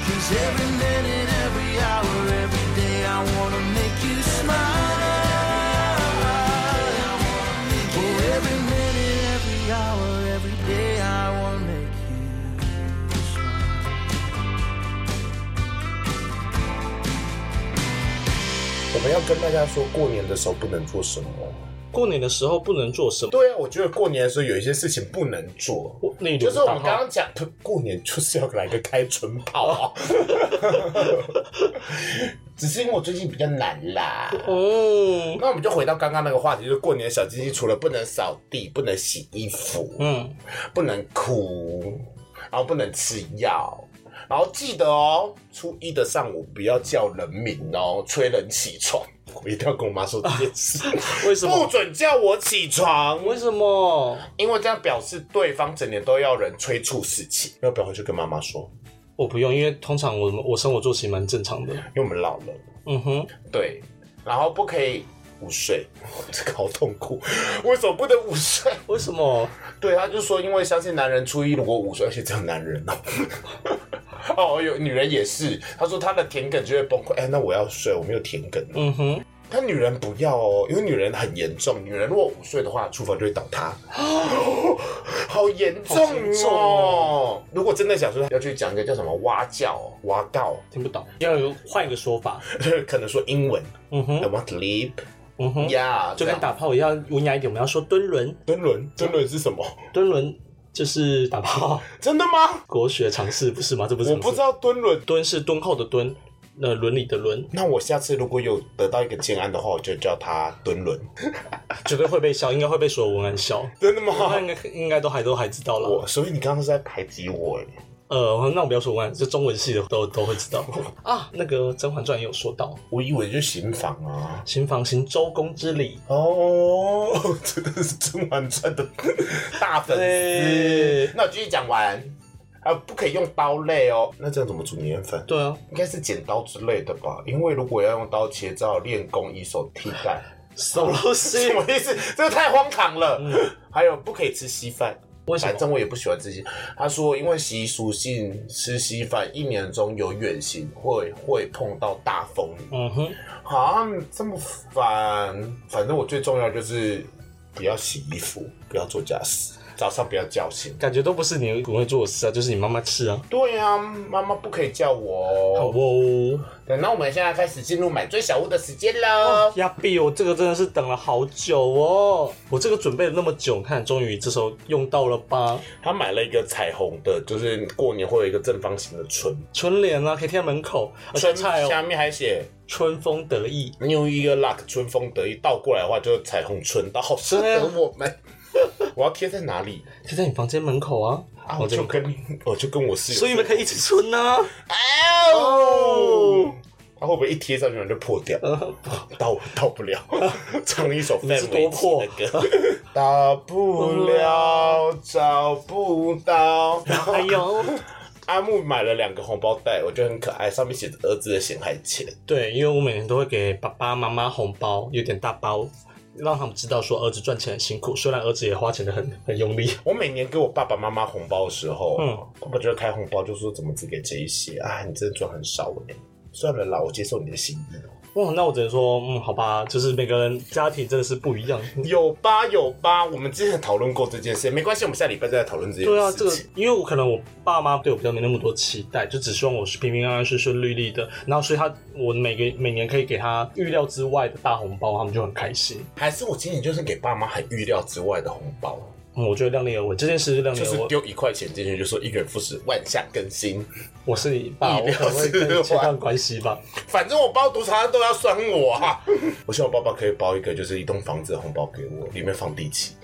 Speaker 3: 'Cause every minute, every hour, every day, I wanna make you smile. Oh, every minute, every hour, every day, I wanna make you smile.
Speaker 1: 我们要跟大家说，过年的时候不能做什么。
Speaker 2: 过年的时候不能做什么。
Speaker 1: 对啊，我觉得过年的时候有一些事情不能做。
Speaker 2: 我例如
Speaker 1: 就是我们
Speaker 2: 打
Speaker 1: 刚
Speaker 2: 炮
Speaker 1: 刚讲，不过年就是要来个开春 炮、啊，只是因为我最近比较难啦。
Speaker 2: 哦，
Speaker 1: 那我们就回到刚刚那个话题，就是过年的小鸡鸡除了不能扫地、不能洗衣服、
Speaker 2: 嗯，
Speaker 1: 不能哭，然后不能吃药，然后记得哦，初一的上午不要叫人名哦，催人起床。我一定要跟我妈说这件事，
Speaker 2: 为啊什
Speaker 1: 不
Speaker 2: 么？
Speaker 1: 准叫我起床，
Speaker 2: 为什么？
Speaker 1: 因为这样表示对方整年都要人催促事情。要不要回去跟妈妈说？
Speaker 2: 我不用，因为通常我我生活作息蛮正常的。
Speaker 1: 因为我们老了，
Speaker 2: 嗯哼，
Speaker 1: 对，然后不可以午睡， 这个好痛苦，为什么不能午睡？
Speaker 2: 为什么？
Speaker 1: 对，他就说，因为相信男人初一如果午睡，而且只有男人哦。 哦，有女人也是，他说他的舔梗就会崩溃。哎、那我要睡，我没有舔梗。
Speaker 2: 嗯哼，
Speaker 1: 但女人不要哦，因为女人很严重。女人如果午睡的话，厨房就会倒 塌，好严重
Speaker 2: 好
Speaker 1: 哦
Speaker 2: 严重哦
Speaker 1: 如果真的想说要去讲一个叫什么蛙叫、哦蛙告，
Speaker 2: 听不懂，要有换一个说法。
Speaker 1: 可能说英文、
Speaker 2: 嗯
Speaker 1: I
Speaker 2: 哼，
Speaker 1: want to sleep，
Speaker 2: 嗯哼，
Speaker 1: 呀、yeah,，
Speaker 2: 就跟打炮一样文雅一点，我们要说蹲轮，
Speaker 1: 蹲轮，蹲轮是什 么？
Speaker 2: 蹲轮就是打炮，
Speaker 1: 真的吗？
Speaker 2: 国学常识不是吗？这不是
Speaker 1: 我
Speaker 2: 常识
Speaker 1: 不知道蹲轮。
Speaker 2: 蹲是敦厚的蹲，呃，伦理 的伦，
Speaker 1: 那我下次如果有得到一个建安的话，我就叫他蹲轮。
Speaker 2: 绝对会被笑，应该会被所有文案笑。
Speaker 1: 真的
Speaker 2: 大家
Speaker 1: 吗？
Speaker 2: 应该应该都还都还知道了。
Speaker 1: 我，所以你刚刚是在排挤我欸耶
Speaker 2: 呃，那我不要说文案，就中文系的都都会 知道啊。那个《甄嬛传》也有说到
Speaker 1: 我以为就刑房啊。
Speaker 2: 行房行周公之礼。
Speaker 1: 哦，真的是《甄嬛传》的大粉
Speaker 2: 对
Speaker 1: 丝。那我继续讲完。啊，不可以用刀类哦。那这样怎么煮年粉？
Speaker 2: 对啊，
Speaker 1: 应该是剪刀之类的吧，因为如果要用刀切，只好练功以手替代。
Speaker 2: 什么东西
Speaker 1: 什？么意思？这个太荒唐了。还有不可以吃稀饭，
Speaker 2: 嗯为什
Speaker 1: 反
Speaker 2: 么？
Speaker 1: 正我也不喜欢吃稀。他说，因为习俗性吃稀饭，一年中有远行会会碰到大风雨。
Speaker 2: 嗯哼，
Speaker 1: 啊，这么烦！反正我最重要就是不要洗衣服，不要做家事，早上不要叫醒。
Speaker 2: 感觉都不是你不会做的事啊，就是你妈妈吃啊。
Speaker 1: 对呀、妈妈不可以叫
Speaker 2: 好
Speaker 1: 我哦。
Speaker 2: 哦，
Speaker 1: 对，那我们现在开始进入买最小物的时间喽。
Speaker 2: 亚比，我这个真的是等了好久哦，我这个准备了那么久，看终于这时候用到了吧？
Speaker 1: 他买了一个彩虹的，就是过年会有一个正方形的春，
Speaker 2: 春联啊，可以贴在门口，而且
Speaker 1: 春
Speaker 2: 菜
Speaker 1: 下
Speaker 2: 哦，
Speaker 1: 面还写
Speaker 2: 春风得意。
Speaker 1: New Year Luck 春风得意，倒过来的话就是彩虹春到，好适
Speaker 2: 对啊
Speaker 1: 合我们。我要贴在哪里
Speaker 2: 贴在你房间门口啊，
Speaker 1: 啊？
Speaker 2: 我
Speaker 1: 我
Speaker 2: 这
Speaker 1: 就
Speaker 2: 边
Speaker 1: 跟我就跟我室友，
Speaker 2: 所以你们可以一起春啊。
Speaker 1: 哦，它会不会一贴上去就破 掉？
Speaker 2: 呃
Speaker 1: 到到不 了，唱了一首范
Speaker 2: 是
Speaker 1: 玮
Speaker 2: 多
Speaker 1: 琪
Speaker 2: 破
Speaker 1: 的歌，到不了，找不到。然后
Speaker 2: 哎呦，
Speaker 1: 阿木买了两个红包袋，我觉得很可爱，上面写着儿子的咸海钱。
Speaker 2: 对，因为我每年都会给爸爸妈妈红包，有点大包，让他们知道说儿子赚钱很辛苦，虽然儿子也花钱的很很用力。
Speaker 1: 我每年给我爸爸妈妈红包的时候，
Speaker 2: 嗯
Speaker 1: 爸爸就会开红包，就说怎么只给这一些啊？你真的赚很少哎。算了啦，我接受你的心意。哦
Speaker 2: 哇，那我只能说，嗯，好吧，就是每个人家庭真的是不一样。
Speaker 1: 有吧有吧，我们之前讨论过这件事，没关系，我们下礼拜再来讨论这件事情。
Speaker 2: 对啊，这个因为我可能我爸妈对我比较没那么多期待，就只希望我是平平安安、顺顺利利的。然后，所以他我每个每年可以给他预料之外的大红包，他们就很开心。
Speaker 1: 还是我今年就是给爸妈很预料之外的红包，
Speaker 2: 嗯，我觉得量力而为这件事是量力
Speaker 1: 就
Speaker 2: 而
Speaker 1: 是
Speaker 2: 为。
Speaker 1: 丢一块钱进去，就说一元复始，万象更新。
Speaker 2: 我是你
Speaker 1: 意
Speaker 2: 爸，我
Speaker 1: 料
Speaker 2: 可能会跟
Speaker 1: 之外
Speaker 2: 你切断关系吧。
Speaker 1: 反正我包多少他都要算我啊！ 我希望我爸爸可以包一个，就是一栋房子的红包给我，里面放地契。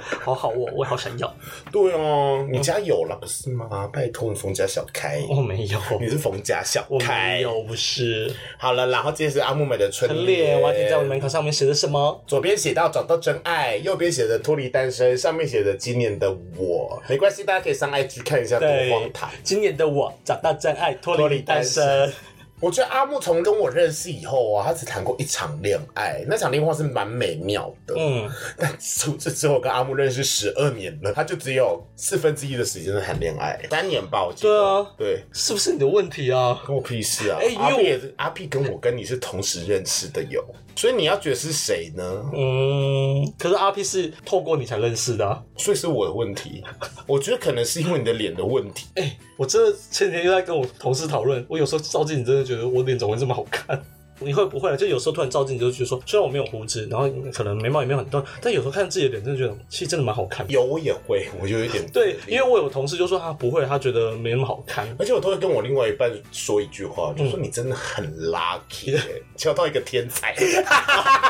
Speaker 2: 好好，我我也好想要，
Speaker 1: 对哦，你家有了不是吗？拜托你冯家小开，
Speaker 2: 我没有，
Speaker 1: 你是冯家小
Speaker 2: 我没
Speaker 1: 开。
Speaker 2: 有，不是。
Speaker 1: 好了，然后接着是阿木美的春
Speaker 2: 陈
Speaker 1: 联，
Speaker 2: 列，我要贴在我门口上面写的什么？
Speaker 1: 左边写到找到真爱，右边写着脱离单身，上面写着今年的我。没关系，大家可以上 IG 看一下多
Speaker 2: 对
Speaker 1: 荒唐。，
Speaker 2: 今年的我找到真爱，脱
Speaker 1: 脱离
Speaker 2: 离单
Speaker 1: 单身
Speaker 2: 身。
Speaker 1: 我觉得阿木从跟我认识以后啊，他只谈过一场恋爱，那场恋爱是蛮美妙的。
Speaker 2: 嗯，
Speaker 1: 但从这之后跟阿木认识十二年了，他就只有四分之一的时间在谈恋爱，三年吧，我记得。
Speaker 2: 对啊
Speaker 1: 对，
Speaker 2: 是不是你的问题啊？
Speaker 1: 跟我屁事啊！
Speaker 2: 哎因为
Speaker 1: 阿
Speaker 2: 我
Speaker 1: 屁也是阿屁跟我跟你是同时认识的哟，所以你要觉得是谁呢？
Speaker 2: 嗯，可是阿 P 是透过你才认识的啊、
Speaker 1: 所以是我的问题，我觉得可能是因为你的脸的问题。
Speaker 2: 哎、我真的前几天又在跟我同事讨论，我有时候照镜子真的觉得我脸怎么会这么好看？你会不会啊？就有时候突然照镜子就觉得说，虽然我没有胡子，然后可能眉毛也没有很多，但有时候看自己的脸，真的觉得其实真的蛮好看的。
Speaker 1: 有我也会，我就有点
Speaker 2: 对，因为我有同事就说他不会，他觉得没那么好看。
Speaker 1: 而且我都会跟我另外一半说一句话，就说你真的很 lucky，、欸、交到一个天才。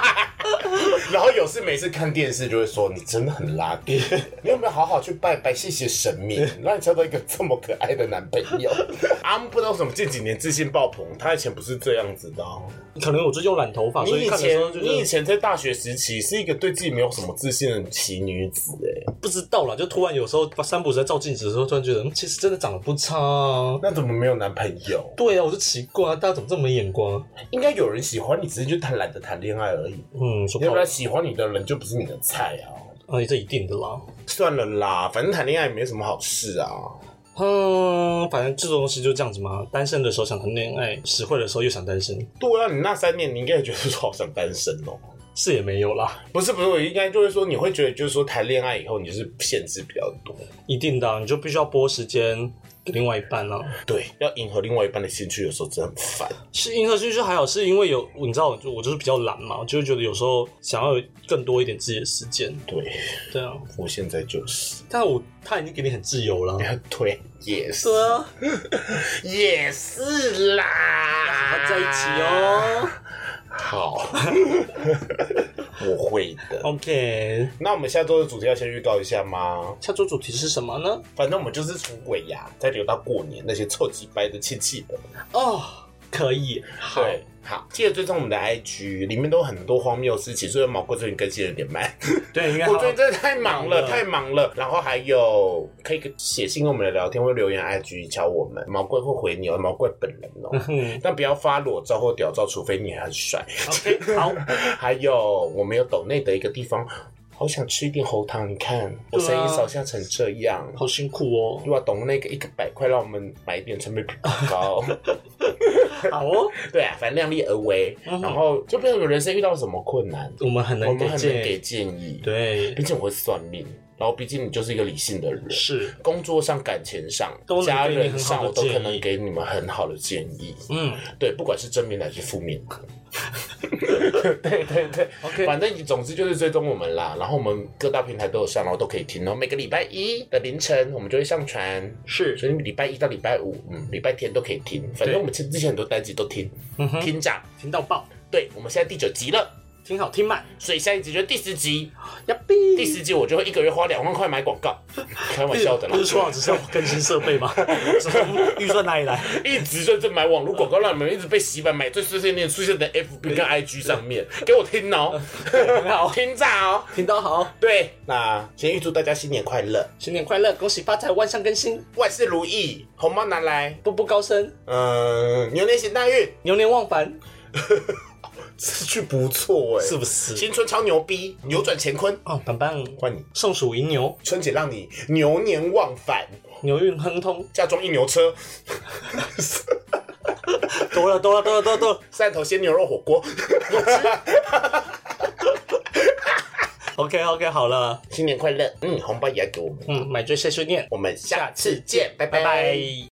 Speaker 1: 然后有事没事看电视就会说你真的很 lucky，你有没有好好去拜拜，谢谢神明，让你交到一个这么 可爱的男朋友。阿木不知道为什么近几年自信爆棚，他以前不是这样子的哦、
Speaker 2: 可能我就用染头发，所
Speaker 1: 你
Speaker 2: 以
Speaker 1: 以
Speaker 2: 看的时候
Speaker 1: 前
Speaker 2: 就觉
Speaker 1: 你以
Speaker 2: 得
Speaker 1: 前在大学时期是一个对自己没有什么自信的奇女子哎、
Speaker 2: 不知道啦，就突然有时候把三浦在照镜子的时候，突然觉得、嗯、其实真的长得不差啊。
Speaker 1: 那怎么没有男朋友？
Speaker 2: 对啊，我就奇怪、啊，大家怎么这么没眼光？
Speaker 1: 应该有人喜欢你，只是就他懒得谈恋爱而已。
Speaker 2: 嗯，说
Speaker 1: 要
Speaker 2: 靠
Speaker 1: 不然喜欢你的人就不是你的菜啊。
Speaker 2: 啊，这一定的啦。
Speaker 1: 算了啦，反正谈恋爱也没什么好事啊。
Speaker 2: 嗯，反正这种东西就这样子嘛。单身的时候想谈恋爱，实惠的时候又想单身，
Speaker 1: 对啊，你那三年你应该也觉得说好想单身哦、
Speaker 2: 是也没有啦，
Speaker 1: 不是不是，我应该就是说你会觉得就是说谈恋爱以后你就是限制比较多，
Speaker 2: 一定的啊、你就必须要拨时间给另外一半啦、
Speaker 1: 对，要迎合另外一半的兴趣，有时候真的很烦。
Speaker 2: 是迎合兴趣还好，是因为有你知道，我就我就是比较懒嘛，我就会觉得有时候想要有更多一点自己的时间，
Speaker 1: 对
Speaker 2: 对啊。
Speaker 1: 我现在就是，
Speaker 2: 但我他已经给你很自由了，
Speaker 1: 对，也是
Speaker 2: 对啊，
Speaker 1: 也是
Speaker 2: 好
Speaker 1: 啦，
Speaker 2: 在一起。哦。
Speaker 1: 好，我会的。
Speaker 2: OK，
Speaker 1: 那我们下周的主题要先预告一下吗？
Speaker 2: 下周主题是什么呢？
Speaker 1: 反正我们就是出轨呀，再留到过年那些臭鸡掰的亲戚们。
Speaker 2: 哦，可以，好，
Speaker 1: 对，好，记得追踪我们的 IG，里面都有很多荒谬的事情，所以毛哥最近更新有点慢。
Speaker 2: 对， 应该好
Speaker 1: 我最近真的太忙
Speaker 2: 忙了
Speaker 1: 了，太忙了。然后还有可以写信跟我们聊天，或留言 IG 敲我们，毛怪会回你哦，毛怪本人
Speaker 2: 嗯
Speaker 1: 哦。但不要发裸照或屌照，除非你很帅。
Speaker 2: OK，好，
Speaker 1: 还有我们有抖内的一个地方，好想吃一点喉糖，你看我
Speaker 2: 对啊
Speaker 1: 声音少下成这样。
Speaker 2: 好辛苦哦，
Speaker 1: 如果抖那个一个百块，让我们买一点成本比较 高。
Speaker 2: 好哦，
Speaker 1: 对啊，反正量力而为，
Speaker 2: 嗯
Speaker 1: 然后就变成我人生遇到什么困难，
Speaker 2: 我们很
Speaker 1: 我
Speaker 2: 难
Speaker 1: 们
Speaker 2: 给
Speaker 1: 很能给
Speaker 2: 见，
Speaker 1: 建议。，
Speaker 2: 对
Speaker 1: 毕，竟我会算命，然后毕竟你就是一个理性的人，
Speaker 2: 是，
Speaker 1: 工作上、感情上
Speaker 2: 都、能
Speaker 1: 家
Speaker 2: 给你
Speaker 1: 人
Speaker 2: 很
Speaker 1: 上，
Speaker 2: 好的
Speaker 1: 我都
Speaker 2: 建议
Speaker 1: 可能给你们很好的建议。
Speaker 2: 嗯
Speaker 1: 对，不管是正面的还是负面 的。对对对
Speaker 2: ，OK，
Speaker 1: 反正总之就是追踪我们啦，然后我们各大平台都有上，然后都可以听。然后每个礼拜一的凌晨，我们就会上传，
Speaker 2: 是
Speaker 1: 所以礼拜一到礼拜五，嗯，礼拜天都可以听。反
Speaker 2: 对
Speaker 1: 正我们之之前很多单集都听，
Speaker 2: 嗯哼
Speaker 1: 听涨。
Speaker 2: 听到爆，
Speaker 1: 对，我们现在第九集了，
Speaker 2: 听好听满，
Speaker 1: 所以下一集就是第十 集。
Speaker 2: 呀比，
Speaker 1: 第十集我就会一个月花两万块买广 告，开玩笑的啦
Speaker 2: 不。是说好只是要更新设 备吗？什么预算哪里来？
Speaker 1: 一直就是买网络广告，让你们一直被洗版，买最碎碎念出现在 FB 跟 IG 上面，给我听 哦，
Speaker 2: 很好，
Speaker 1: 听炸哦。
Speaker 2: 听到好，
Speaker 1: 对，那先预祝大家新年快乐，
Speaker 2: 新年快乐，恭喜发财，万象更新，
Speaker 1: 万事如意，红包拿来，
Speaker 2: 步步高升，
Speaker 1: 嗯，牛年行大运，
Speaker 2: 牛年忘返，
Speaker 1: 这句不嗯错哎、
Speaker 2: 是不是？
Speaker 1: 新春超牛逼，扭转乾坤，
Speaker 2: 哦，棒棒，
Speaker 1: 换你，
Speaker 2: 送鼠迎牛，
Speaker 1: 春姐让你牛年忘返，
Speaker 2: 牛运亨通，
Speaker 1: 嫁妆一牛车，
Speaker 2: 多了多了多了多了多了
Speaker 1: 汕头鲜牛肉火锅，
Speaker 2: ，OK OK，好了，
Speaker 1: 新年快乐，嗯，红包也要给我们，
Speaker 2: 嗯，买醉碎碎念，
Speaker 1: 我们下次见，拜
Speaker 2: 拜
Speaker 1: 拜
Speaker 2: 拜